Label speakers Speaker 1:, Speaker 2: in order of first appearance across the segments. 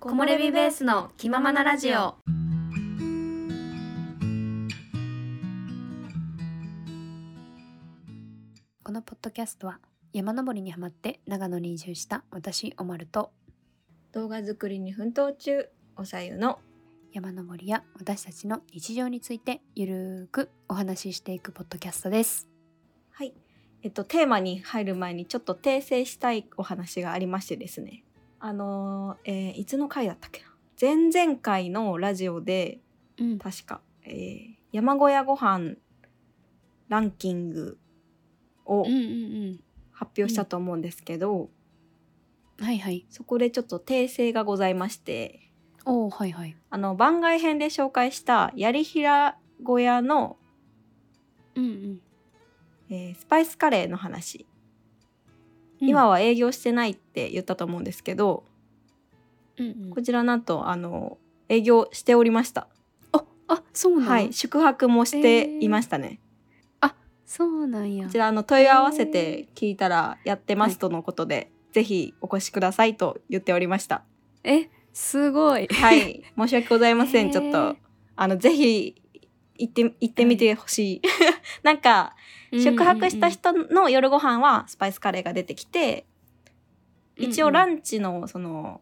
Speaker 1: 木漏れ日ベースの気ままなラジオ
Speaker 2: このポッドキャストは山登りにハマって長野に移住した私おまると
Speaker 1: 動画作りに奮闘中おさゆの
Speaker 2: 山登りや私たちの日常についてゆるーくお話ししていくポッドキャストです。
Speaker 1: はいえっとテーマに入る前にちょっと訂正したいお話がありましてですねあのーえーいつの回だったっけな前々回のラジオで
Speaker 2: うん、
Speaker 1: 確か、えー山小屋ご飯ランキングを
Speaker 2: うんうん
Speaker 1: 発表したと思うんですけど、
Speaker 2: うん。はいはい。
Speaker 1: そこでちょっと訂正がございまして
Speaker 2: おおはいはい。
Speaker 1: あの番外編で紹介した槍平小屋の、
Speaker 2: うんうん。
Speaker 1: えースパイスカレーの話、今
Speaker 2: は、
Speaker 1: は営業してないって言ったと思うんですけど
Speaker 2: うんうん
Speaker 1: こちらなんとあの営業しておりました、
Speaker 2: ああそうなん、
Speaker 1: はい宿泊もしていましたね、
Speaker 2: そうなんや。
Speaker 1: こちらあの問い合わせて聞いたらやってますとのことで、ぜひお越しくださいと言っておりました
Speaker 2: えすごい。
Speaker 1: はい申し訳ございません、
Speaker 2: へー
Speaker 1: ちょっとあのぜひ行って行ってみてほしい なんか宿泊した人の夜ご飯はスパイスカレーが出てきて、一応ラ
Speaker 2: ン
Speaker 1: ンチのその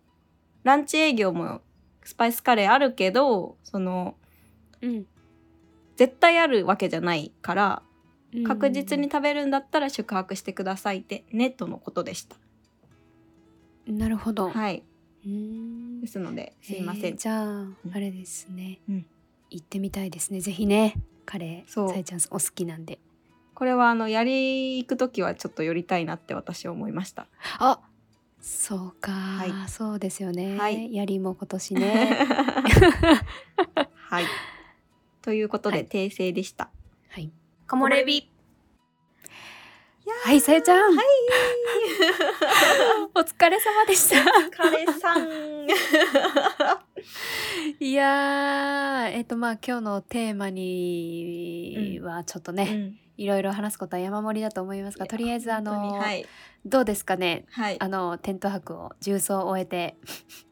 Speaker 1: ランチ営業もスパイスカレーあるけどその
Speaker 2: うん
Speaker 1: 絶対あるわけじゃないから
Speaker 2: うん
Speaker 1: 確実に食べるんだったら宿泊してくださいってねとのことでした。
Speaker 2: なるほど。
Speaker 1: はい、
Speaker 2: うーん
Speaker 1: ですのですいませ
Speaker 2: え
Speaker 1: ん
Speaker 2: ー。じゃああれですね、
Speaker 1: うん
Speaker 2: 行ってみたいですねぜひねカレー
Speaker 1: そう
Speaker 2: さえちゃんお好きなんで
Speaker 1: これはあのやり行く時はちょっと寄りたいなって私は思いました。
Speaker 2: あそうか、
Speaker 1: は
Speaker 2: そうですよね、
Speaker 1: はい
Speaker 2: やりも今 年ね
Speaker 1: はい。ということ
Speaker 2: は
Speaker 1: で
Speaker 2: い
Speaker 1: 訂正でした。
Speaker 2: はい
Speaker 1: 木漏れ日。
Speaker 2: はいさやちゃん、
Speaker 1: はい。
Speaker 2: お疲れ様でした
Speaker 1: カレさん。
Speaker 2: いやーえっ、とまあ今日のテーマにはちょっとね、 いろいろ話すことは山盛りだと思いますがとりあえずあ
Speaker 1: 本当
Speaker 2: の、
Speaker 1: にはい
Speaker 2: どうですかね
Speaker 1: はい
Speaker 2: あ。のテント泊を重装を終えて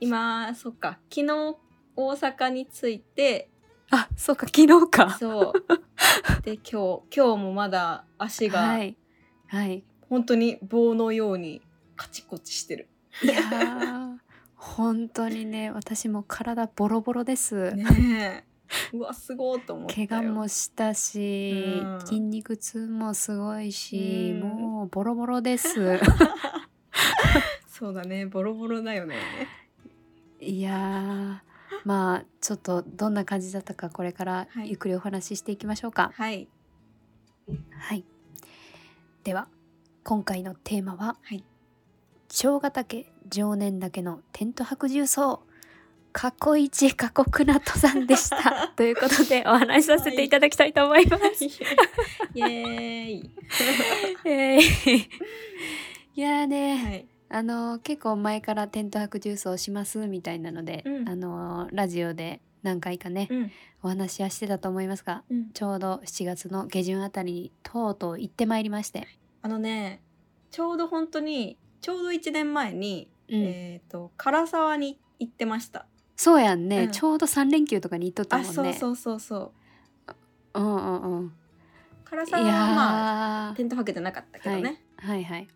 Speaker 1: 今そっか昨日大阪に着いて
Speaker 2: あそうか昨日か
Speaker 1: そうで今日今日もまだ足
Speaker 2: は
Speaker 1: が
Speaker 2: いはい
Speaker 1: 本当に棒のようにカチコチしてる。
Speaker 2: いやー本当にね私も体ボロボロです、
Speaker 1: ねえ。うわすごいと思った
Speaker 2: 怪
Speaker 1: よ。
Speaker 2: 我もしたし、
Speaker 1: うん
Speaker 2: 筋肉痛もすごいし、
Speaker 1: うん
Speaker 2: もうボロボロです
Speaker 1: そうだねボロボロだよね。
Speaker 2: いやーまあちょっとどんな感じだったかこれから
Speaker 1: はい
Speaker 2: ゆっくりお話ししていきましょうか
Speaker 1: はい
Speaker 2: はい、では今回のテーマは、
Speaker 1: はい
Speaker 2: 長ヶ岳常年岳のテント泊重曹過去一過酷な登山でした ということでお話しさせていただきたいと思いま す、
Speaker 1: イエーイ。
Speaker 2: え ーいやーね、
Speaker 1: はい
Speaker 2: あのー結構前からテント泊重曹しますみたいなので、
Speaker 1: うん
Speaker 2: あのーラジオで何回かね、
Speaker 1: うん
Speaker 2: お話はしてたと思いますが
Speaker 1: うん。
Speaker 2: ちょうど7月の下旬あたりにとうとう行ってまいりまして、
Speaker 1: あのねちょうど本当にちょうど1年前に、
Speaker 2: うん
Speaker 1: えっ、と唐沢に行ってました。
Speaker 2: そうやんね、
Speaker 1: うん
Speaker 2: ちょうど3連休とかに行っとったも
Speaker 1: あ
Speaker 2: んね
Speaker 1: そうそうそうそう。
Speaker 2: うんうんうん
Speaker 1: 唐
Speaker 2: い
Speaker 1: 沢
Speaker 2: やー、
Speaker 1: はまあテント泊じゃなかったけどね。
Speaker 2: はいはい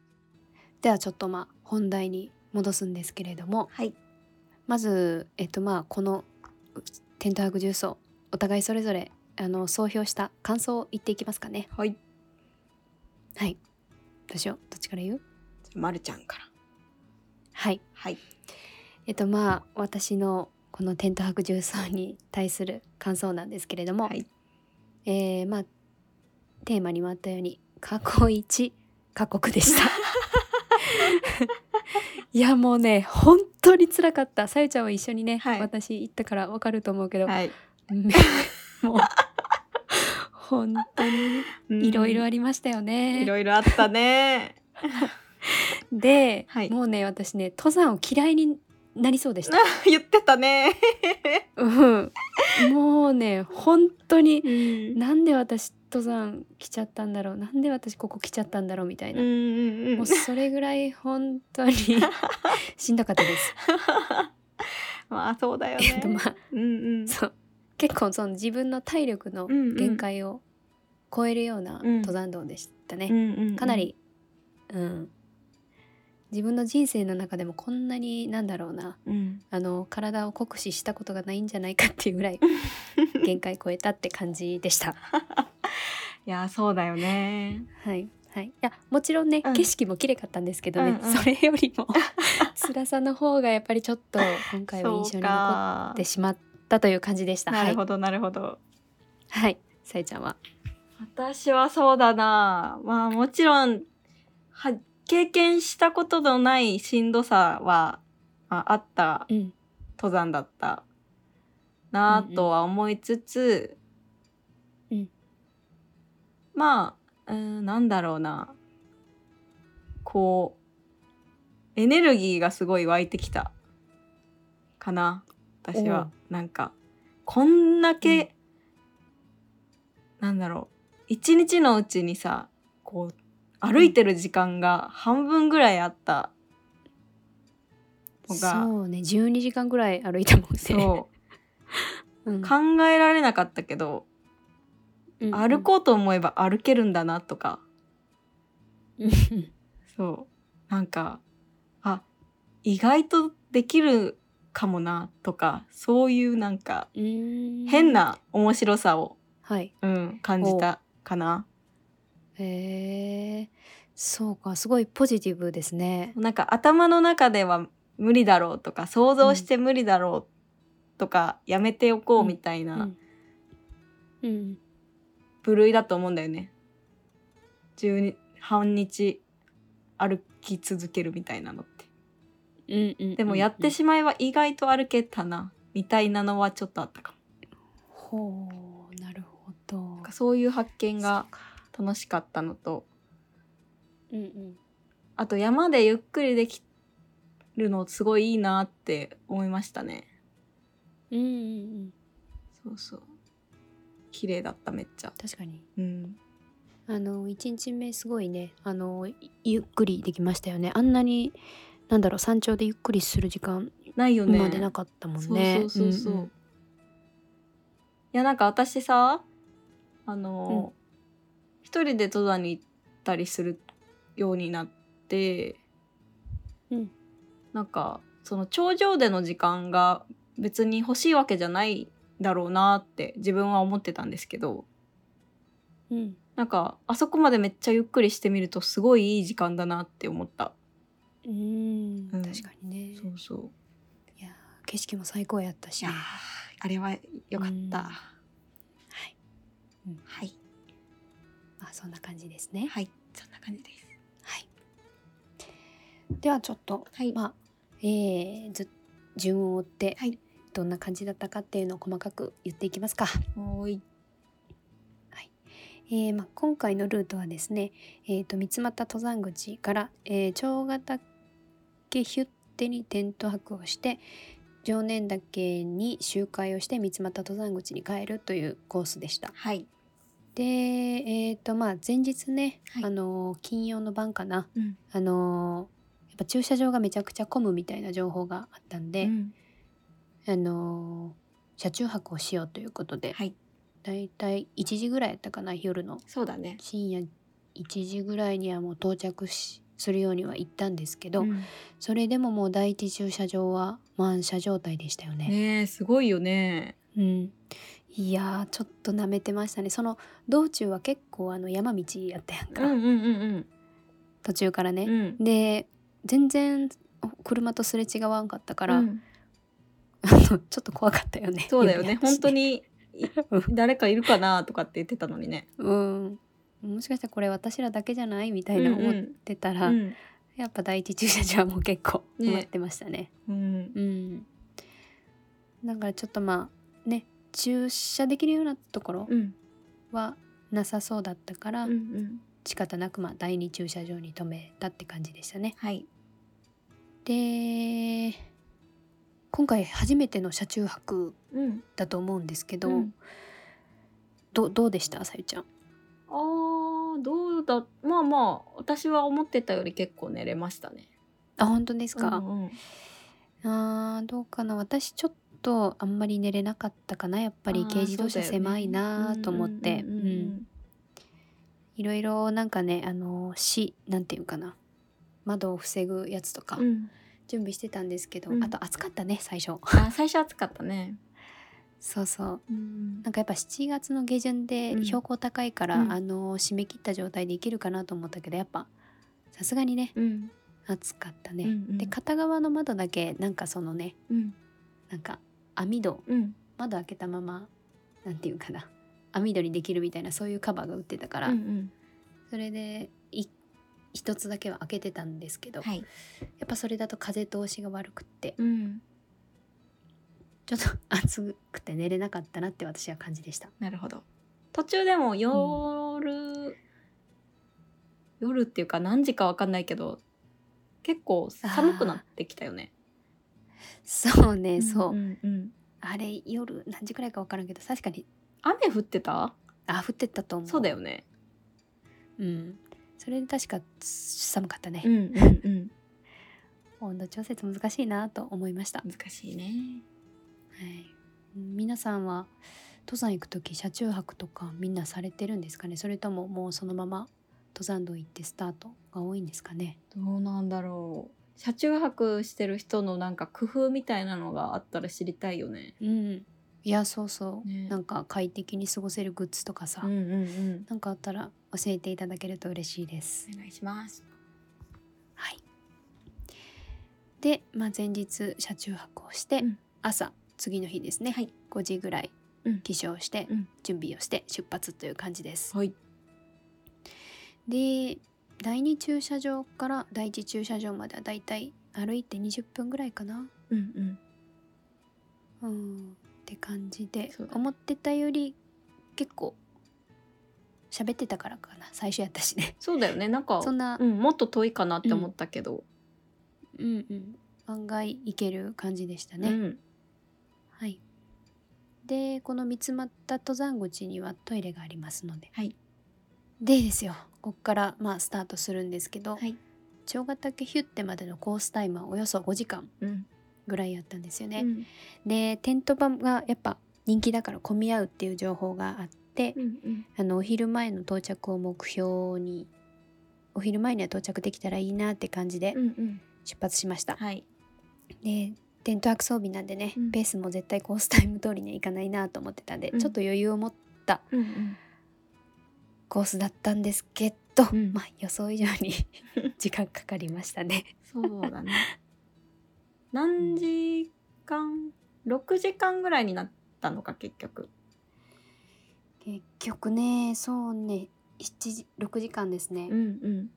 Speaker 2: ではちょっとまあ本題に戻すんですけれども
Speaker 1: はい。
Speaker 2: まずえっとまあこのテント泊重曹お互いそれぞれあの総評した感想を言っていきますかね
Speaker 1: はい。じ
Speaker 2: はいどうしようどっちから言う
Speaker 1: ゃあまるちゃんから。
Speaker 2: はい
Speaker 1: はい。
Speaker 2: えっとまあ私のこのテント泊重曹に対する感想なんですけれども、
Speaker 1: はい。
Speaker 2: えー、まあテーマにもあったように過去一過酷でした いやもうね本当に辛かったさゆちゃんは一緒にね、
Speaker 1: はい
Speaker 2: 私行ったからわかると思うけど、
Speaker 1: はい。
Speaker 2: めもう本当にいろいろあ
Speaker 1: り、
Speaker 2: りましたよ
Speaker 1: い
Speaker 2: ね。
Speaker 1: ろいろあったね。
Speaker 2: で、
Speaker 1: はい
Speaker 2: もうね私ね登山を嫌いになりそうでした。
Speaker 1: 言ってたね。
Speaker 2: うん、もうね本当に
Speaker 1: うん。
Speaker 2: なんで私登山来ちゃったんだろうなんで私ここ来ちゃったんだろうみたいな
Speaker 1: うん。うんう
Speaker 2: も
Speaker 1: ん
Speaker 2: う。それぐらい本当にしんどかったです。
Speaker 1: まあそうだよね。
Speaker 2: えっとまあ
Speaker 1: うんうん。
Speaker 2: そう結構その自分の体力の
Speaker 1: うんうん
Speaker 2: 限界を超えるような
Speaker 1: うん
Speaker 2: 登山道でしたね、
Speaker 1: うんうんうん
Speaker 2: かな。りうん自分の人生の中でもこんなになんだろうな
Speaker 1: うん。
Speaker 2: あの体を酷使したことがないんじゃないかっていうぐ らい限界超えたって感じでした
Speaker 1: いやそうだよね。
Speaker 2: はいはい、いやもちろんね、
Speaker 1: うん
Speaker 2: 景色も綺麗かったんですけどね、
Speaker 1: うんうん
Speaker 2: それよ りも辛さの方がやっぱりちょっと今回は印象に残
Speaker 1: か
Speaker 2: ってしまったという感じでした。
Speaker 1: な
Speaker 2: はい
Speaker 1: るほどなるほど。
Speaker 2: はい、さえちゃんは。
Speaker 1: 私はそうだな。まあもちろんは経験したことのないしんどさは、まあ、あった
Speaker 2: うん、
Speaker 1: 登山だったなぁとは思いつつ、
Speaker 2: うんうんうん
Speaker 1: まあうーんなんだろうなこうエネルギーがすごい湧いてきたかな私はなんかこんだけ、
Speaker 2: うん
Speaker 1: なんだろう一日のうちにさこう歩いてる時間が半分ぐらいあったのが、
Speaker 2: そうね、12時間ぐらい歩いたもんね。
Speaker 1: そう
Speaker 2: うん、
Speaker 1: 考えられなかったけど、
Speaker 2: うん
Speaker 1: 歩こうと思えば歩けるんだなとか
Speaker 2: うん。
Speaker 1: そうなんかあ意外とできるかもなとかそういうなんか
Speaker 2: うん
Speaker 1: 変。な面白さを、
Speaker 2: はい。
Speaker 1: うん、感じたかな。
Speaker 2: へえそうか、すごいポジティブですね。
Speaker 1: なんか頭の中では無理だろうとか想像して無理だろうとか、やめておこうみたいな
Speaker 2: うん。
Speaker 1: 部類だと思うんだよね。12半日歩き続けるみたいなのって。
Speaker 2: うんうん。
Speaker 1: でもやってしまえば意外と歩けたなみたいなのはちょっとあったかも。
Speaker 2: ほう、なるほど
Speaker 1: なんか。そういう発見が
Speaker 2: そうか
Speaker 1: 楽しかったのと
Speaker 2: うんうん。
Speaker 1: あと山でゆっくりできるのすごいいいなって思いましたね。
Speaker 2: うんうんうん。
Speaker 1: そうそう綺麗だっためっちゃ。
Speaker 2: 確かに。
Speaker 1: うん、
Speaker 2: あの1日目すごいねあのいゆっくりできましたよねあんなになんだろう山頂でゆっくりする時間
Speaker 1: ないよね。
Speaker 2: 今までなかったもん
Speaker 1: そう
Speaker 2: ね
Speaker 1: そうそうそう。
Speaker 2: ん
Speaker 1: いやなんか私さあの、一人で登山に行ったりするようになって、
Speaker 2: うん
Speaker 1: なんかその頂上での時間が別に欲しいわけじゃないだろうなって自分は思ってたんですけど
Speaker 2: うんうん
Speaker 1: なんかあそこまでめっちゃゆっくりしてみるとすごいいい時間だなって思った。
Speaker 2: うーん
Speaker 1: うん
Speaker 2: 確かにね
Speaker 1: そうそう
Speaker 2: いやー景色も最高やったし、
Speaker 1: いやーあれは良かった。
Speaker 2: うん
Speaker 1: はい
Speaker 2: うん
Speaker 1: はい
Speaker 2: まあ、そんな感じですね
Speaker 1: はいそんな感じです。
Speaker 2: はいではちょっと
Speaker 1: はい
Speaker 2: まあえー、ず順を追って、
Speaker 1: はい
Speaker 2: どんな感じだったかっていうのを細かく言っていきますか
Speaker 1: おーい。
Speaker 2: えーまあ、今回のルートはですね、えー、と三俣登山口から、えー、長ヶ岳ヒュッテにテント泊をして常念岳に周回をして三俣登山口に帰るというコースでした。
Speaker 1: はい。
Speaker 2: で、えーとまあ、前日ね、
Speaker 1: はい
Speaker 2: あのー金曜の晩かな、
Speaker 1: うん
Speaker 2: あのーやっぱ駐車場がめちゃくちゃ混むみたいな情報があったんで、
Speaker 1: うん
Speaker 2: あのー車中泊をしようということで、
Speaker 1: はい。
Speaker 2: だいたい1時ぐらいやったかな夜の
Speaker 1: そうだね。
Speaker 2: 深夜1時ぐらいにはもう到着しするようには行ったんですけど、
Speaker 1: うん
Speaker 2: それでももう第一駐車場は満車状態でしたよね。
Speaker 1: ねえ、すごいよね。
Speaker 2: うん、いやーちょっと舐めてましたねその道中は結構あの山道やったやんか、
Speaker 1: うんうん
Speaker 2: 途中からね。
Speaker 1: ん。
Speaker 2: で全然車とすれ違わんかったから、
Speaker 1: う
Speaker 2: ち
Speaker 1: ん
Speaker 2: ょっと怖かったよね。
Speaker 1: そうだよね。
Speaker 2: 夜や
Speaker 1: 本
Speaker 2: し
Speaker 1: 当にい
Speaker 2: うん
Speaker 1: 誰かいるかなとかって言ってたのにね。
Speaker 2: うんもしかしたらこれ私らだけじゃないみたい
Speaker 1: うん
Speaker 2: な
Speaker 1: う
Speaker 2: 思っ
Speaker 1: ん
Speaker 2: てた
Speaker 1: う
Speaker 2: ら、
Speaker 1: ん
Speaker 2: やっぱ第一駐車場はもう結構
Speaker 1: ね
Speaker 2: 埋まってましたね
Speaker 1: うん。
Speaker 2: うん、だからちょっとまあね駐車できるようなところ
Speaker 1: うん
Speaker 2: はなさそうだったから、
Speaker 1: うんうん。
Speaker 2: 仕方なくまあ第二駐車場に止めたって感じでしたね。
Speaker 1: はい。
Speaker 2: で今回初めての車中泊
Speaker 1: うん。
Speaker 2: だと思うんですけど、
Speaker 1: うん
Speaker 2: どどうでしたさゆちゃん。
Speaker 1: ああ、どうだ。まあまあ、私は思ってたより結構寝れましたね。
Speaker 2: あ本当ですか、
Speaker 1: うんうん
Speaker 2: あーどうかな私ちょっとあんまり寝れなかったかなやっぱ
Speaker 1: あ
Speaker 2: り
Speaker 1: ー
Speaker 2: 軽自動車
Speaker 1: そうだよね
Speaker 2: 狭いなーと思って
Speaker 1: うんうんうん
Speaker 2: うんいろいろなんかねあの死なんていうかな窓を防ぐやつとか
Speaker 1: うんうん
Speaker 2: 準備してたんですけど、
Speaker 1: うん
Speaker 2: あと暑かったね最初
Speaker 1: あ最初暑かったね。
Speaker 2: そうそう
Speaker 1: うん
Speaker 2: なんかやっぱ7月の下旬で
Speaker 1: うん
Speaker 2: 標高高いから、
Speaker 1: うん
Speaker 2: あの締め切った状態でいけるかなと思ったけどやっぱさすがにね
Speaker 1: うん
Speaker 2: 暑かった
Speaker 1: う
Speaker 2: ね、
Speaker 1: ん
Speaker 2: で片側の窓だけなんかそのね
Speaker 1: うん
Speaker 2: なんか網戸
Speaker 1: うん
Speaker 2: 窓開けたままなんていうかな網戸にできるみたいなそういうカバーが売ってたから、
Speaker 1: うん
Speaker 2: それでい一つだけは開けてたんですけ
Speaker 1: う
Speaker 2: ど、
Speaker 1: んはい
Speaker 2: やっぱそれだと風通しが悪くって
Speaker 1: うん
Speaker 2: ちょっと暑くて寝れなかったなって私は感じでした
Speaker 1: なるほど。途中でも夜、夜っていうか何時かわかんないけど結構寒くなってきたよね。
Speaker 2: そうね、そう、
Speaker 1: んんうん
Speaker 2: あれ夜何時くらいか分からんけど確かに
Speaker 1: 雨降ってた？
Speaker 2: あ降ってったと思う
Speaker 1: そうだ
Speaker 2: よ
Speaker 1: よね。
Speaker 2: うんそれで確か寒かったね、
Speaker 1: うんうん
Speaker 2: 温度調節難しいなと思いました、
Speaker 1: うん難しいね。
Speaker 2: はい、皆さんは登山行く時車中泊とかみんなされてるんですかねそれとももうそのまま登山道行ってスタートが多いんですかね
Speaker 1: どうなんだろう。車中泊してる人のなんか工夫みたいなのがあったら知りたいよね。
Speaker 2: うんいやそうそう、
Speaker 1: ね
Speaker 2: なんか快適に過ごせるグッズとかさ、
Speaker 1: うんうんうん。
Speaker 2: なんかあったら教えていただけると嬉しいです
Speaker 1: お願いします。
Speaker 2: はいで、まあ、前日車中泊をして、
Speaker 1: うん
Speaker 2: 朝次の日ですね、
Speaker 1: はい
Speaker 2: 5時ぐらい
Speaker 1: うん
Speaker 2: 起床して、
Speaker 1: うん
Speaker 2: 準備をして出発という感じです
Speaker 1: はい。
Speaker 2: で第2駐車場から第1駐車場まではだいたい歩いて20分ぐらいかな
Speaker 1: うんうん。
Speaker 2: うんって感じで、
Speaker 1: そうだね
Speaker 2: 思ってたより結構喋ってたからかな最初やったしね
Speaker 1: そうだよね。なんか
Speaker 2: そんな、
Speaker 1: うんもっと遠いかなって思ったけど。
Speaker 2: うんうん案外いける感じでしたね、
Speaker 1: うん
Speaker 2: はいでこの三つ股登山口にはトイレがありますので、
Speaker 1: はい
Speaker 2: でですよこっからまあスタートするんですけど、
Speaker 1: はい。
Speaker 2: 長ヶ岳ヒュッテまでのコースタイムはおよそ5時間
Speaker 1: うん。
Speaker 2: ぐらいやったんですよね、
Speaker 1: うん
Speaker 2: でテント場がやっぱ人気だから混み合うっていう情報があって、
Speaker 1: うんうん。
Speaker 2: あのお昼前の到着を目標にお昼前には到着できたらいいなって感じで
Speaker 1: うんうん。
Speaker 2: 出発しました、
Speaker 1: はい。
Speaker 2: でテント泊装備なんでね、
Speaker 1: うん
Speaker 2: ペースも絶対コースタイム通りにはいかないなと思ってたんで、
Speaker 1: うん
Speaker 2: ちょっと余裕を持った
Speaker 1: うんうん。
Speaker 2: コースだったんですけど、
Speaker 1: うん
Speaker 2: まあ予想以上に 時間かかりましたね。
Speaker 1: そうだね。 何時間？六時間ぐらいになったのか結局。
Speaker 2: 結局ねそうね7時6時間ですね、
Speaker 1: うんうん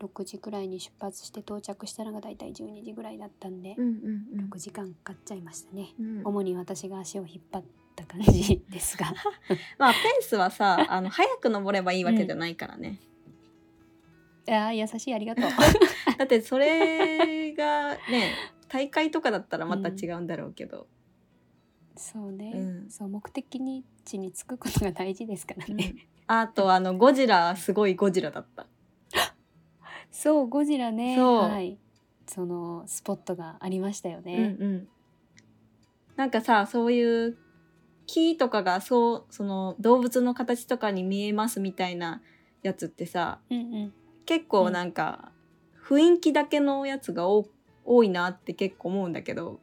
Speaker 2: 6時くらいに出発して到着したのがだいたい12時ぐらいだったんで、
Speaker 1: うんうんうん
Speaker 2: 6時間かかっちゃいましたね。
Speaker 1: うん。
Speaker 2: 主に私が足を引っ張った感じで すが
Speaker 1: まあペースは さあの早く登ればいいわけじゃないからね、
Speaker 2: あー優しいありがとう
Speaker 1: だってそれが ね大会とかだったらまた違うんだろうけど、
Speaker 2: そうね、
Speaker 1: うん
Speaker 2: そう目的に地に着くことが大事ですから
Speaker 1: う
Speaker 2: ね、
Speaker 1: んあとあのゴジラすごいゴジラだった
Speaker 2: そうゴジラね
Speaker 1: そう
Speaker 2: はいそのスポットがありましたよね、
Speaker 1: うんうん、なんかさそういう木とかがそうその動物の形とかに見えますみたいなやつってさ
Speaker 2: うん、うん
Speaker 1: 結構なんか雰囲気だけのやつが多多いなって結構思うんだけど、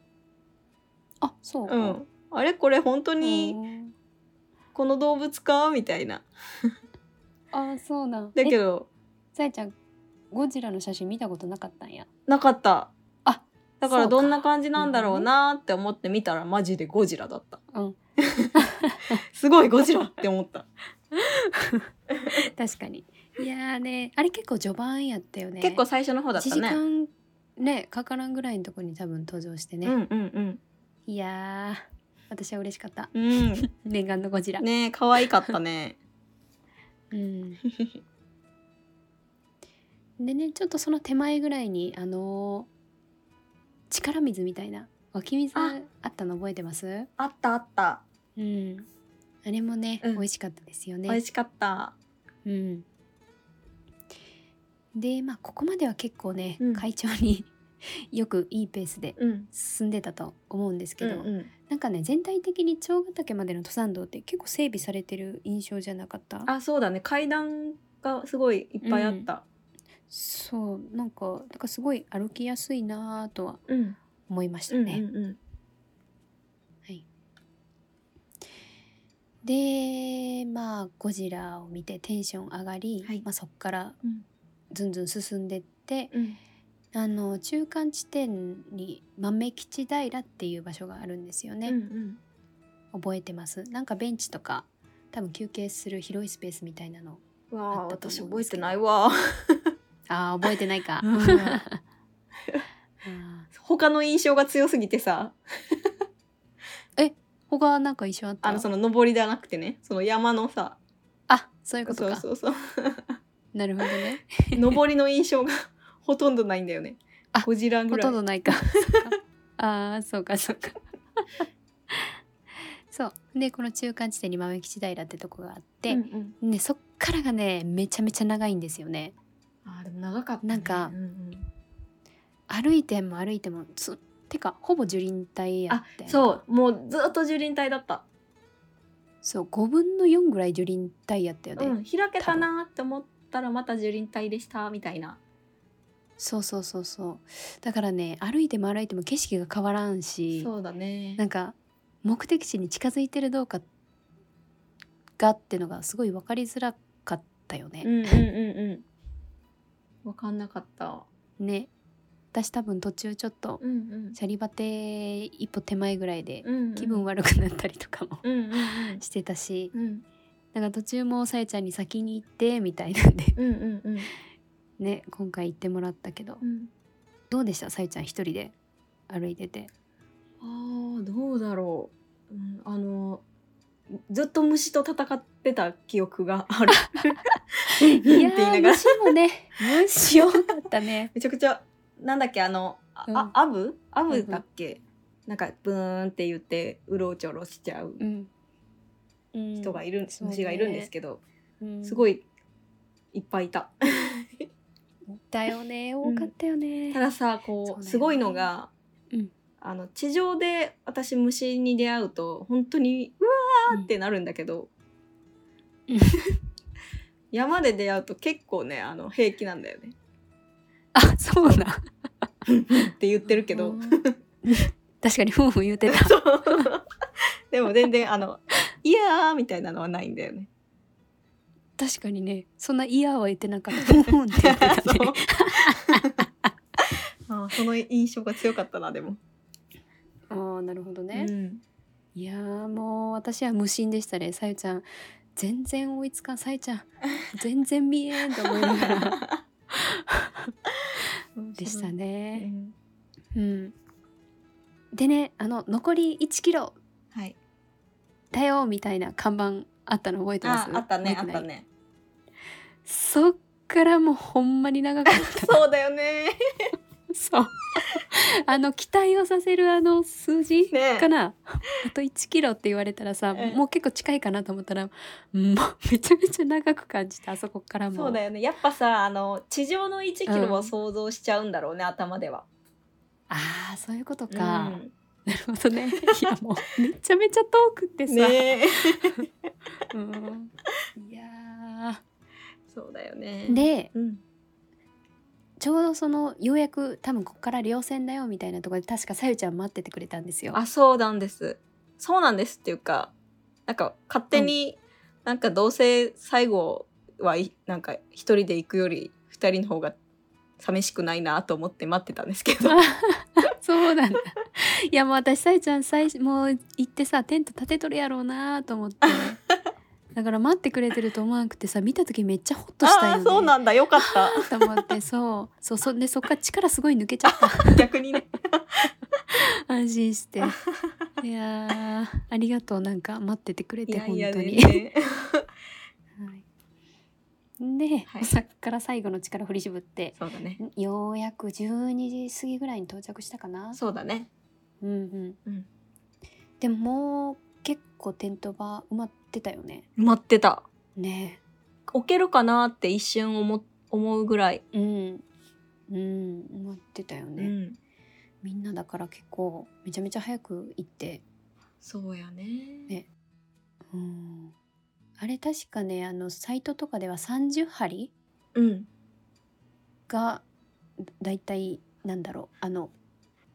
Speaker 2: あそう、
Speaker 1: うん、あれこれ本当に
Speaker 2: に
Speaker 1: この動物かみたいな。
Speaker 2: あそうなん
Speaker 1: だけ
Speaker 2: え
Speaker 1: ど
Speaker 2: さえちゃんゴジラの写真見たことなかったんや
Speaker 1: なかった。
Speaker 2: あ
Speaker 1: だからどんな感じなんだろうなーって思って見たらマジでゴジラだった。
Speaker 2: うん
Speaker 1: すごいゴジラって思 った。
Speaker 2: 確かにいやーねあれ結構序盤やったよね
Speaker 1: 結構最初の方だっ
Speaker 2: 1
Speaker 1: た
Speaker 2: 時
Speaker 1: ね。
Speaker 2: 間ねかからんぐらいのとこに多分登場してね、
Speaker 1: うんうんうん。
Speaker 2: いやー私は嬉しかった
Speaker 1: うん、
Speaker 2: 念願のゴジラ、
Speaker 1: ねえ可愛かったね。
Speaker 2: うんでねちょっとその手前ぐらいにあのー力水みたいな湧き水
Speaker 1: あ
Speaker 2: あったの覚えてます
Speaker 1: あったあった。
Speaker 2: うんあれもね、
Speaker 1: うん
Speaker 2: 美味しかったですよ
Speaker 1: 美
Speaker 2: ね
Speaker 1: 味しかった。
Speaker 2: うんでまあここまでは結構ね、
Speaker 1: うん
Speaker 2: 会長に よくいいペースで
Speaker 1: うん
Speaker 2: 進んでたと思うんですけど、
Speaker 1: うんうん
Speaker 2: なんかね全体的に長ヶ岳までの登山道って結構整備されてる印象じゃなかった
Speaker 1: あそうだね階段がすごいいっぱいあった、
Speaker 2: そうなんかなんかすごい歩きやすいなぁとは
Speaker 1: うんうん
Speaker 2: 思いました
Speaker 1: う
Speaker 2: ね。
Speaker 1: んうん
Speaker 2: でまあゴジラを見てテンション上がり、
Speaker 1: はい
Speaker 2: まあ、そこから
Speaker 1: うん
Speaker 2: ずんずん進んでって、
Speaker 1: うん
Speaker 2: あの中間地点に豆吉平っていう場所があるんですよね、
Speaker 1: うん
Speaker 2: 覚えてますなんかベンチとか多分休憩する広いスペースみたいなの
Speaker 1: うんわあ
Speaker 2: あったと
Speaker 1: 私
Speaker 2: 思う
Speaker 1: 覚
Speaker 2: んで
Speaker 1: え
Speaker 2: す
Speaker 1: て
Speaker 2: けど
Speaker 1: ないわ
Speaker 2: あー覚えてないか、
Speaker 1: うん
Speaker 2: あー
Speaker 1: 他の印象が強すぎてさ
Speaker 2: 他なんか一緒あった
Speaker 1: あのその登りじゃなくてねその山のさ
Speaker 2: あそういうこと
Speaker 1: そ
Speaker 2: か
Speaker 1: うそうそう
Speaker 2: なるほどね
Speaker 1: 登りの印象が ほとんどないんだよね
Speaker 2: あ
Speaker 1: ゴジラ ぐ
Speaker 2: ほ
Speaker 1: らい
Speaker 2: とんどないか。 ああ、そうか、そうか。 そう。で、この中間地点に豆吉平ってとこがあって、
Speaker 1: うんうん
Speaker 2: ね、そっからがね、めちゃめちゃ長いんですよね。
Speaker 1: あーでも長かった、ね、
Speaker 2: なんか
Speaker 1: うんうん
Speaker 2: 歩いても歩いても、つてか、ほぼ樹林帯や
Speaker 1: あ
Speaker 2: って。う。
Speaker 1: そうもうずっと樹林帯だった、
Speaker 2: そう、5分の4ぐらい樹林帯やったよね。
Speaker 1: うん、開けたなーって思ったらまた樹林帯でしたみたいな
Speaker 2: そうそうそうそう。だからね、歩いても歩いても景色が変わらんし、
Speaker 1: そうだね
Speaker 2: なんか、目的地に近づいてるどうかがってのがすごい分かりづらかったよね。
Speaker 1: うんうんうんうん分かんなかった
Speaker 2: ね私多分途中ちょっと
Speaker 1: うんうん
Speaker 2: シャリバテ一歩手前ぐらいで
Speaker 1: うんうん
Speaker 2: 気分悪くなったりとかも
Speaker 1: うんうん
Speaker 2: してたし
Speaker 1: うんうん
Speaker 2: なんか途中もさえちゃんに先に行ってみたいなんで
Speaker 1: うんうんうん
Speaker 2: ね今回行ってもらったけど
Speaker 1: うん
Speaker 2: どうでしたさえちゃん一人で歩いてて
Speaker 1: あーどうだろう、うん、あのずっと虫と戦ってた記憶があるうん
Speaker 2: いや
Speaker 1: って言いな
Speaker 2: ー
Speaker 1: がら
Speaker 2: 虫も ね虫多かったね
Speaker 1: めちゃくちゃなんだっけあのあ、
Speaker 2: うん
Speaker 1: あアブアブだっけ、なんかブーンって言ってうろちょろしちゃう
Speaker 2: うん、うん
Speaker 1: 人がいる、
Speaker 2: そうね
Speaker 1: 虫がいるんですけど、
Speaker 2: うん
Speaker 1: すごいいっぱいいた
Speaker 2: だよね多かったよね、
Speaker 1: たださこ
Speaker 2: そう
Speaker 1: う
Speaker 2: だよね
Speaker 1: すごいのが、
Speaker 2: うん
Speaker 1: あの地上で私虫に出会うと本当にうわーってなるんだけど、
Speaker 2: うん
Speaker 1: 山で出会うと結構ねあの平気なんだよね
Speaker 2: あそうな
Speaker 1: って言ってるけど、
Speaker 2: うん確かにふんふん 言ってた
Speaker 1: そうでも全然あの「いやー」みたいなのはないんだよね。
Speaker 2: 確かにねそんな嫌は言ってなかったふんふんって言ってたね
Speaker 1: あーその印象が強かったなでも。
Speaker 2: あーなるほどね
Speaker 1: う、ん
Speaker 2: いやーもう私は無心でしたねさゆちゃん全然追いつかんさゆちゃん全然見えんと思いな がらでした。
Speaker 1: う
Speaker 2: ね
Speaker 1: ん
Speaker 2: うんでねあの残り1キロ
Speaker 1: はい。
Speaker 2: だよみたいな看板あったの覚えてま
Speaker 1: あ
Speaker 2: す
Speaker 1: あったねあ
Speaker 2: 見
Speaker 1: って
Speaker 2: ない
Speaker 1: たね。
Speaker 2: そっからもうほんまに長かった
Speaker 1: そうだよね。
Speaker 2: そうあの期待をさせるあの数字、
Speaker 1: ね
Speaker 2: かなあと1キロって言われたらさ、
Speaker 1: うん
Speaker 2: もう結構近いかなと思ったらもうめちゃめちゃ長く感じたあそこからも
Speaker 1: そうだよね。やっぱさあの地上の1キロを想像しちゃうんだろうね、頭では。
Speaker 2: ああそういうこと
Speaker 1: う
Speaker 2: か、
Speaker 1: ん
Speaker 2: なるほどねいやもうめちゃめちゃ遠くってさ、
Speaker 1: ねえ。
Speaker 2: うん、いや
Speaker 1: そうだよね。
Speaker 2: ーで
Speaker 1: うん
Speaker 2: ちょうどそのようやく多分ここから稜線だよみたいなところで確かさゆちゃん待っててくれたんですよ
Speaker 1: あそうなんです。そうなんですっていうかなんか勝手に、なんかどうせ最後はいなんか一人で行くより二人の方が寂しくないなと思って待ってたんですけど。
Speaker 2: そうなんだ いやもう私さゆちゃん最初もう行ってさテント立てとるやろうなと思ってだから待ってくれてると思わなくてさ見た時めっちゃホッとしたよ
Speaker 1: ああ
Speaker 2: ね
Speaker 1: そうなんだよかっ
Speaker 2: と思ってそうそうそでそっから力すごい抜けちゃった
Speaker 1: た逆にね。
Speaker 2: 安心していやーありがとうなんか待っててくれて本当に
Speaker 1: 全然
Speaker 2: はい、で、
Speaker 1: はい
Speaker 2: そっから最後の力振り絞って
Speaker 1: そうだね。
Speaker 2: ようやく12時過ぎぐらいに到着したかな
Speaker 1: そうだね。
Speaker 2: うんうん、
Speaker 1: うん
Speaker 2: でももう結構テント場埋まってたよね
Speaker 1: 待ってた。
Speaker 2: ね
Speaker 1: 置けるかなって一瞬思思うぐらい
Speaker 2: うんうん思ってたよ
Speaker 1: う
Speaker 2: ね、
Speaker 1: ん、
Speaker 2: みんなだから結構めちゃめちゃ早く行って
Speaker 1: そうやね
Speaker 2: ねうんあれ確かねあのサイトとかでは30針
Speaker 1: うん
Speaker 2: がだいたいなんだろうあの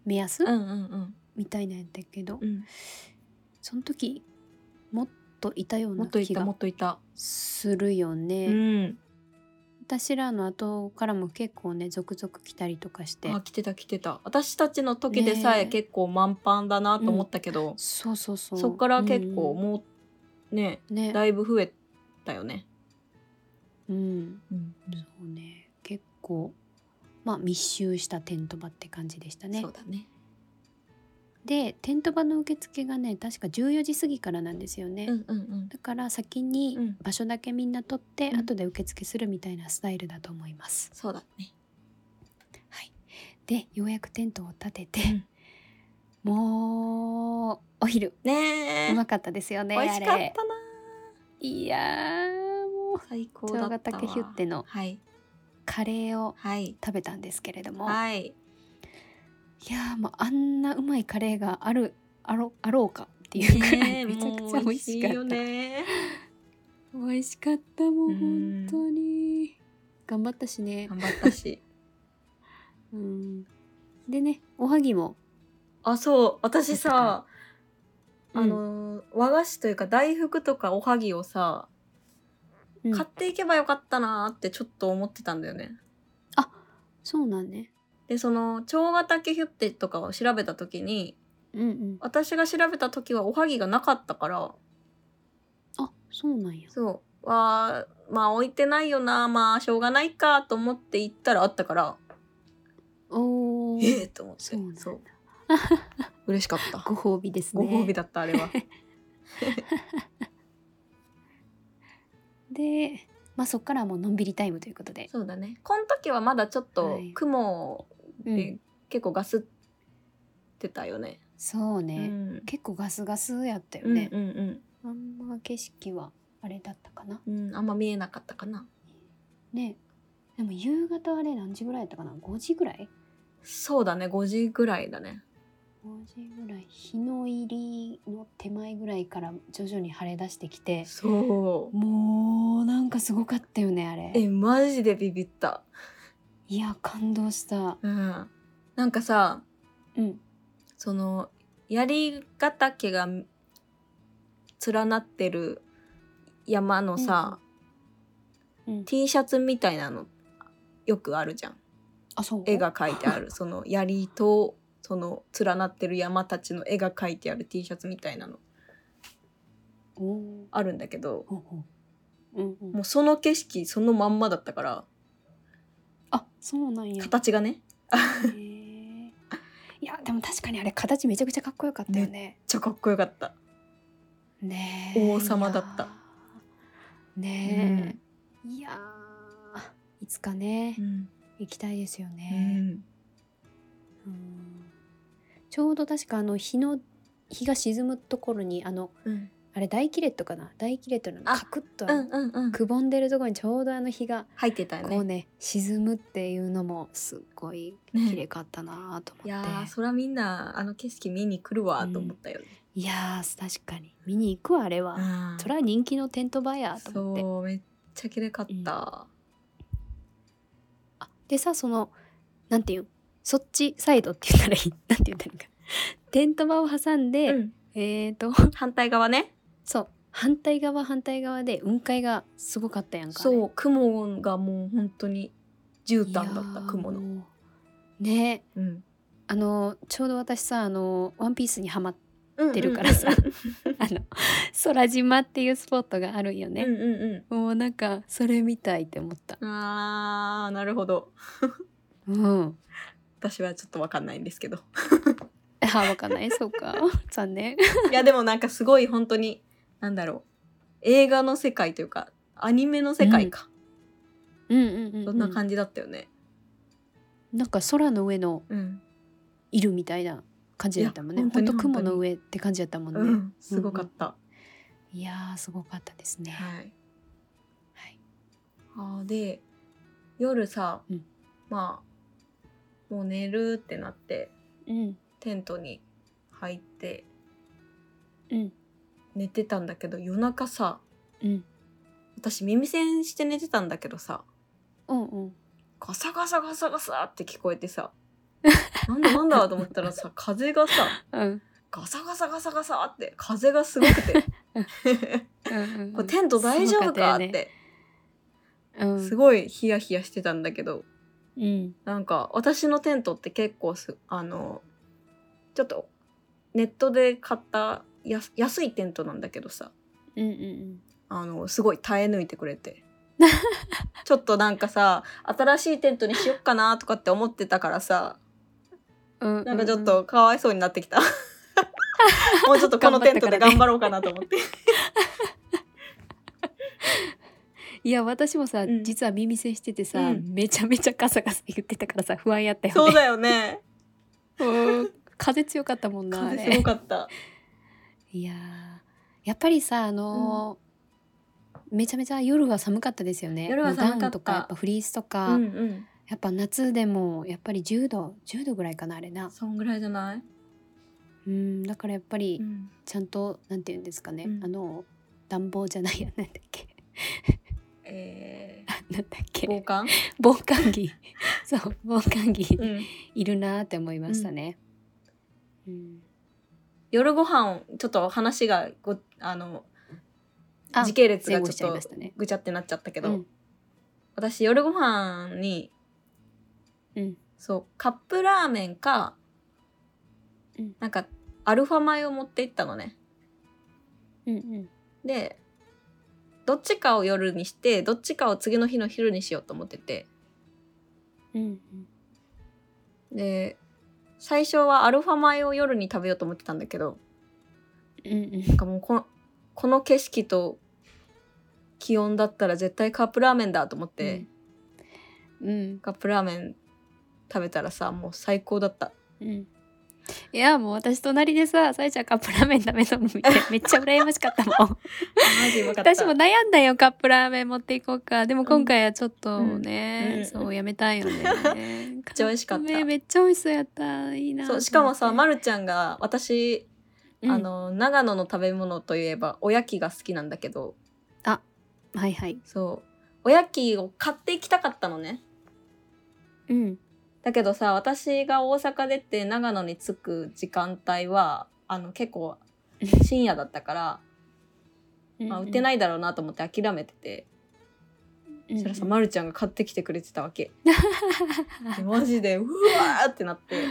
Speaker 2: 目安、
Speaker 1: うんうんうん
Speaker 2: みたいなんだけど、
Speaker 1: うん
Speaker 2: その時もっといたよう
Speaker 1: も
Speaker 2: な
Speaker 1: っとい
Speaker 2: 気
Speaker 1: たも
Speaker 2: が
Speaker 1: っといた
Speaker 2: するよね。
Speaker 1: うん
Speaker 2: 私らの後からも結構ね続々来たりとかして
Speaker 1: あ来てた来てた私たちの時でさえ
Speaker 2: ね
Speaker 1: 結構満帆だなと思ったけど、
Speaker 2: そうそうそう
Speaker 1: そっから結構
Speaker 2: うん
Speaker 1: もうね
Speaker 2: ね
Speaker 1: だいぶ増えたよね、
Speaker 2: うん
Speaker 1: うん
Speaker 2: そうね結構まあ密集したテント場って感じでしたね
Speaker 1: そうだね
Speaker 2: でテント場の受付がね確か14時過ぎからなんですよね、
Speaker 1: うんうんうん
Speaker 2: だから先
Speaker 1: う
Speaker 2: に
Speaker 1: ん
Speaker 2: 場所だけみんな取って、
Speaker 1: うん
Speaker 2: 後で受付するみたいなスタイルだと思います、
Speaker 1: そうだね
Speaker 2: はい、でようやくテントを立てて、もうお昼
Speaker 1: ねえ、
Speaker 2: うまかったですよね
Speaker 1: 美味しか
Speaker 2: あ
Speaker 1: ったな
Speaker 2: れいやーもう
Speaker 1: 最高だ
Speaker 2: 長
Speaker 1: った
Speaker 2: ヶ
Speaker 1: わ
Speaker 2: 岳ヒュッテの
Speaker 1: はい
Speaker 2: カレーを
Speaker 1: はい
Speaker 2: 食べたんですけれども、
Speaker 1: はい
Speaker 2: い、やーもうあんなうまいカレーがあるあろあろうかっていうくら
Speaker 1: ね
Speaker 2: い
Speaker 1: え
Speaker 2: めちゃくちゃ
Speaker 1: もう
Speaker 2: 美味しかっ
Speaker 1: いよ
Speaker 2: た、
Speaker 1: ね
Speaker 2: 美味しかったもう
Speaker 1: うん
Speaker 2: 本当に頑張ったしね、
Speaker 1: 頑張ったし
Speaker 2: うん、でねおはぎも
Speaker 1: あそう私さ
Speaker 2: うん
Speaker 1: あのー和菓子というか大福とかおはぎをさ、
Speaker 2: うん
Speaker 1: 買っていけばよかったなーってちょっと思ってたんだよね
Speaker 2: そうなんね
Speaker 1: でその長ヶ岳ヒュッテとかを調べた時に
Speaker 2: うんうん
Speaker 1: 私が調べた時はおはぎがなかったから
Speaker 2: あそうなんや
Speaker 1: そうわーまあ置いてないよなまあしょうがないかと思って行ったらあったから
Speaker 2: おー
Speaker 1: え えと思って
Speaker 2: そうなんだ
Speaker 1: 嬉しか った
Speaker 2: ご褒美です
Speaker 1: ご
Speaker 2: ね
Speaker 1: 褒美だったあれは
Speaker 2: でまあそっからはもうのんびりタイムということで、
Speaker 1: そうだねこの時はまだちょっと
Speaker 2: はい
Speaker 1: 雲
Speaker 2: う
Speaker 1: で
Speaker 2: ん、
Speaker 1: 結構ガスってたよね、
Speaker 2: そう
Speaker 1: う
Speaker 2: ね、
Speaker 1: ん
Speaker 2: 結構ガスガスやったよ
Speaker 1: うん
Speaker 2: ね、
Speaker 1: うんうん
Speaker 2: あんま景色はあれだったかな
Speaker 1: うんあんま見えなかったかな
Speaker 2: ねでも夕方あれ何時ぐらいだったかな5時ぐらい
Speaker 1: そうだね5時ぐらいだね
Speaker 2: 5時ぐらい日の入りの手前ぐらいから徐々に晴れ出してきて
Speaker 1: そう
Speaker 2: もうなんかすごかったよねあれ
Speaker 1: えマジでビビった
Speaker 2: いや感動した
Speaker 1: うんなんかさ
Speaker 2: うん
Speaker 1: その槍ヶ岳が連なってる山のさ、
Speaker 2: うん
Speaker 1: T シャツみたいなのよくあるじゃん
Speaker 2: あそう
Speaker 1: 絵が描いてあるその槍とその連なってる山たちの絵が描いてある T シャツみたいなの
Speaker 2: おー
Speaker 1: あるんだけど
Speaker 2: ほうほううんうん
Speaker 1: もうその景色そのまんまだったから
Speaker 2: あそうなんや
Speaker 1: 形がねめっ
Speaker 2: へーいやでも確かにあれ形めちゃくちゃかっこよかったよね
Speaker 1: ちゃかっこよかった、
Speaker 2: ね
Speaker 1: 王様だった
Speaker 2: いやーねえ、いやーいつかね、
Speaker 1: うん
Speaker 2: 行きたいですよ
Speaker 1: う
Speaker 2: ね、
Speaker 1: ん
Speaker 2: うんちょうど確かあの日の日が沈むところにあの
Speaker 1: うん
Speaker 2: あれ大キレットかな大キレットの
Speaker 1: あ
Speaker 2: カクッとあ
Speaker 1: う
Speaker 2: の
Speaker 1: んうんうん
Speaker 2: くぼんでるところにちょうどあの日が
Speaker 1: 入ってたよ
Speaker 2: こう
Speaker 1: ね
Speaker 2: ね沈むっていうのもすっごい
Speaker 1: ね
Speaker 2: 綺麗かったなと思って、
Speaker 1: いやーそらみんなあの景色見に来るわと思ったよね、
Speaker 2: いやー確かに見に行くわあれは、
Speaker 1: うん
Speaker 2: それは人気のテントバやと思って
Speaker 1: そうめっちゃ綺麗かった、
Speaker 2: あでさそのなんていうんそっちサイドって言ったらいいなんて言ったらいいか テント場を挟んで、
Speaker 1: うん
Speaker 2: えーと
Speaker 1: 反対側ね
Speaker 2: そう反対側反対側で雲海がすごかったやんかあれ
Speaker 1: そう雲がもう本当に絨毯だっ
Speaker 2: い
Speaker 1: た
Speaker 2: やー
Speaker 1: 雲の、
Speaker 2: もうね
Speaker 1: うん、
Speaker 2: あのちょうど私さあのワンピースにハマっ
Speaker 1: 出
Speaker 2: てるからさあの空島っていうスポットがあるんよ
Speaker 1: うん
Speaker 2: ね、
Speaker 1: うんう
Speaker 2: もうなんかそれみたいって思った
Speaker 1: んあーなるほど
Speaker 2: うん
Speaker 1: 私はちょっとわかんないんですけど
Speaker 2: あわかんないそうか 残念
Speaker 1: いやでもなんかすごい本当になんだろう映画の世界というかアニメの世界か、
Speaker 2: うんうんうん、
Speaker 1: そんな
Speaker 2: じ
Speaker 1: 感じだったよね
Speaker 2: なんか空の上の
Speaker 1: うん、
Speaker 2: いるみたいな感じだったもんね
Speaker 1: いや
Speaker 2: ほ
Speaker 1: 本
Speaker 2: ん
Speaker 1: 当
Speaker 2: と
Speaker 1: に
Speaker 2: 雲の上って感じだったもんね、
Speaker 1: うん、すごかった、
Speaker 2: いやーすごかったですね、
Speaker 1: はい
Speaker 2: はい
Speaker 1: あーで夜さ、
Speaker 2: うん
Speaker 1: まあもう寝るってなって
Speaker 2: うん
Speaker 1: テントに入って
Speaker 2: うん
Speaker 1: 寝てたんだけど夜中さ
Speaker 2: うん
Speaker 1: 私耳栓して寝てたんだけどさ
Speaker 2: うんうん
Speaker 1: ガサガサガサガサって聞こえてさ なんだなんだと思ったらさ風がさ
Speaker 2: うん
Speaker 1: ガサガサガサガサって風がすごく て
Speaker 2: うん
Speaker 1: これテント大丈夫かって
Speaker 2: うん
Speaker 1: すごいヒヤヒヤしてたんだけど
Speaker 2: うん
Speaker 1: なんか私のテントって結構すあのちょっとネットで買ったやす安いテントなんだけどさ
Speaker 2: うんうん
Speaker 1: あのすごい耐え抜いてくれ てちょっとなんかさ新しいテントにしよっかなとかって思ってたからさ
Speaker 2: うんうん
Speaker 1: なんかちょっとかわいそうになってきた もうちょっとこのテントで頑張ろうかなと思って
Speaker 2: いや私もさ、
Speaker 1: うん
Speaker 2: 実は耳栓しててさ、
Speaker 1: うん
Speaker 2: めちゃめちゃガサガサ言ってたからさ不安やったよね
Speaker 1: そうだよね
Speaker 2: うん風強かったもんなあ
Speaker 1: 風
Speaker 2: れ
Speaker 1: すごかった
Speaker 2: いやーやっぱりさあのーめちゃめちゃ夜は寒かったですよね
Speaker 1: 夜は寒かった
Speaker 2: ダウンとかやっぱフリースと
Speaker 1: う
Speaker 2: か、
Speaker 1: んうん
Speaker 2: やっぱ夏でもやっぱり10度10度ぐらいかなあれな
Speaker 1: そんぐらいじゃない、
Speaker 2: うんだからやっぱり
Speaker 1: ん、
Speaker 2: ちゃんと、なんて言うんですかね、
Speaker 1: うん
Speaker 2: あの暖房じゃないやなんだっけ
Speaker 1: え
Speaker 2: なんだっ
Speaker 1: ー、防
Speaker 2: け
Speaker 1: 寒、
Speaker 2: 防寒 着そう防寒着
Speaker 1: うん、
Speaker 2: いるなーって思いましたね、うん
Speaker 1: 夜ご飯ちょっと話がごあの
Speaker 2: あ
Speaker 1: 時系列
Speaker 2: 前
Speaker 1: が
Speaker 2: 後し
Speaker 1: ち
Speaker 2: ちゃい
Speaker 1: ょっ
Speaker 2: ま
Speaker 1: と
Speaker 2: したね
Speaker 1: ぐちゃってなっちゃったけ
Speaker 2: う
Speaker 1: ど、
Speaker 2: ん
Speaker 1: 私夜ご飯に
Speaker 2: うん
Speaker 1: そうカップラーメンか、
Speaker 2: うん
Speaker 1: なんかアルファ米を持って行ったのね
Speaker 2: うんうん
Speaker 1: でどっちかを夜にしてどっちかを次の日の昼にしようと思ってて
Speaker 2: うん
Speaker 1: で最初はアルファ米を夜に食べようと思ってたんだけど
Speaker 2: うんうんうん
Speaker 1: なんかもうこのこの景色と気温だったら絶対カップラーメンだと思って、
Speaker 2: うん
Speaker 1: カップラーメン食べたらさもう最高だった
Speaker 2: うんいやもう私隣でささえちゃんカップラーメン食べたの 見てめっちゃ羨ましかったもん
Speaker 1: マジうまかった
Speaker 2: 私も悩んだよカップラーメン持っていこうかでも今回はちょっとね、
Speaker 1: うん
Speaker 2: そうやめたいよ ねめっ
Speaker 1: ちゃ美味しかった
Speaker 2: めっちゃ美味しそうやったいいな
Speaker 1: そうしかもさ、ま
Speaker 2: る、
Speaker 1: るちゃんが私、
Speaker 2: うん
Speaker 1: あの長野の食べ物といえばおやきが好きなんだけど
Speaker 2: はいはい
Speaker 1: そうおやきを買っていきたかったのね
Speaker 2: うん、
Speaker 1: だけどさ私が大阪出て長野に着く時間帯はあの結構深夜だったから、まあ、売ってないいだろうなと思って諦めてて、
Speaker 2: うん
Speaker 1: そしたらさ、ま、るちゃんが買ってきてくれてたわ けでマジでうわーってなって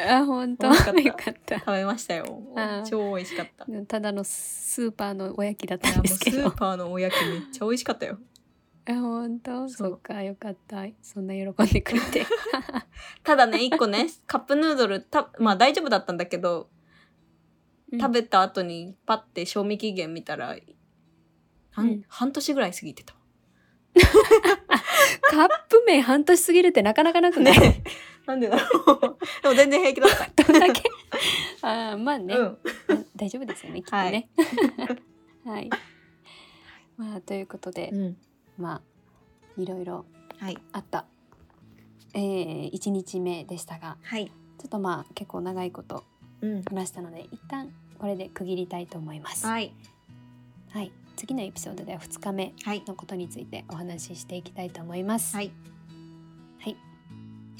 Speaker 2: あ本当
Speaker 1: 美味しかった
Speaker 2: よかった
Speaker 1: 食べました よ
Speaker 2: あー
Speaker 1: 超美味しかったい
Speaker 2: ただのスーパーのおやきだった
Speaker 1: やも
Speaker 2: ん
Speaker 1: う
Speaker 2: で
Speaker 1: ス
Speaker 2: すけ
Speaker 1: ー
Speaker 2: ど
Speaker 1: パーのおやきめっちゃ美味しかったよ
Speaker 2: あ本当
Speaker 1: そ
Speaker 2: そうっかよかったそんな喜んでくれて
Speaker 1: ただね一個 ねカップヌードルたまあ大丈夫だったんだけど食べた後にパッて賞味期限見たら、半
Speaker 2: うん
Speaker 1: 半年ぐらい過ぎてた
Speaker 2: カップ麺半年過ぎるってなかなかなくない、
Speaker 1: ね なんでだろうでも全然平気だった、
Speaker 2: どんだけあーまあね、
Speaker 1: うん
Speaker 2: うん大丈夫ですよねきっとね はい、まあということで、
Speaker 1: うん
Speaker 2: まあいろいろ
Speaker 1: はい
Speaker 2: あった、えー、1日目でしたが
Speaker 1: はい
Speaker 2: ちょっとまあ結構長いこと
Speaker 1: うん
Speaker 2: 話したので一旦これで区切りたいと思います、
Speaker 1: はい
Speaker 2: はい、次のエピソードでは2日目
Speaker 1: はい
Speaker 2: のことについてお話ししていきたいと思います。
Speaker 1: はい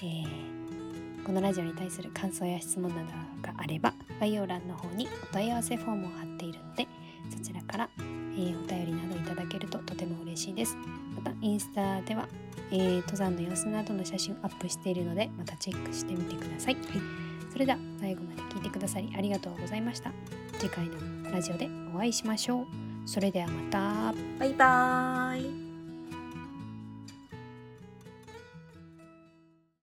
Speaker 2: えーこのラジオに対する感想や質問などがあれば概要欄の方にお問い合わせフォームを貼っているのでそちらから、えーお便りなどいただけるととても嬉しいですまたインスタでは、えー登山の様子などの写真をアップしているのでまたチェックしてみてください、それでは最後まで聞いてくださりありがとうございました次回のラジオでお会いしましょうそれではまた
Speaker 1: バイバーイ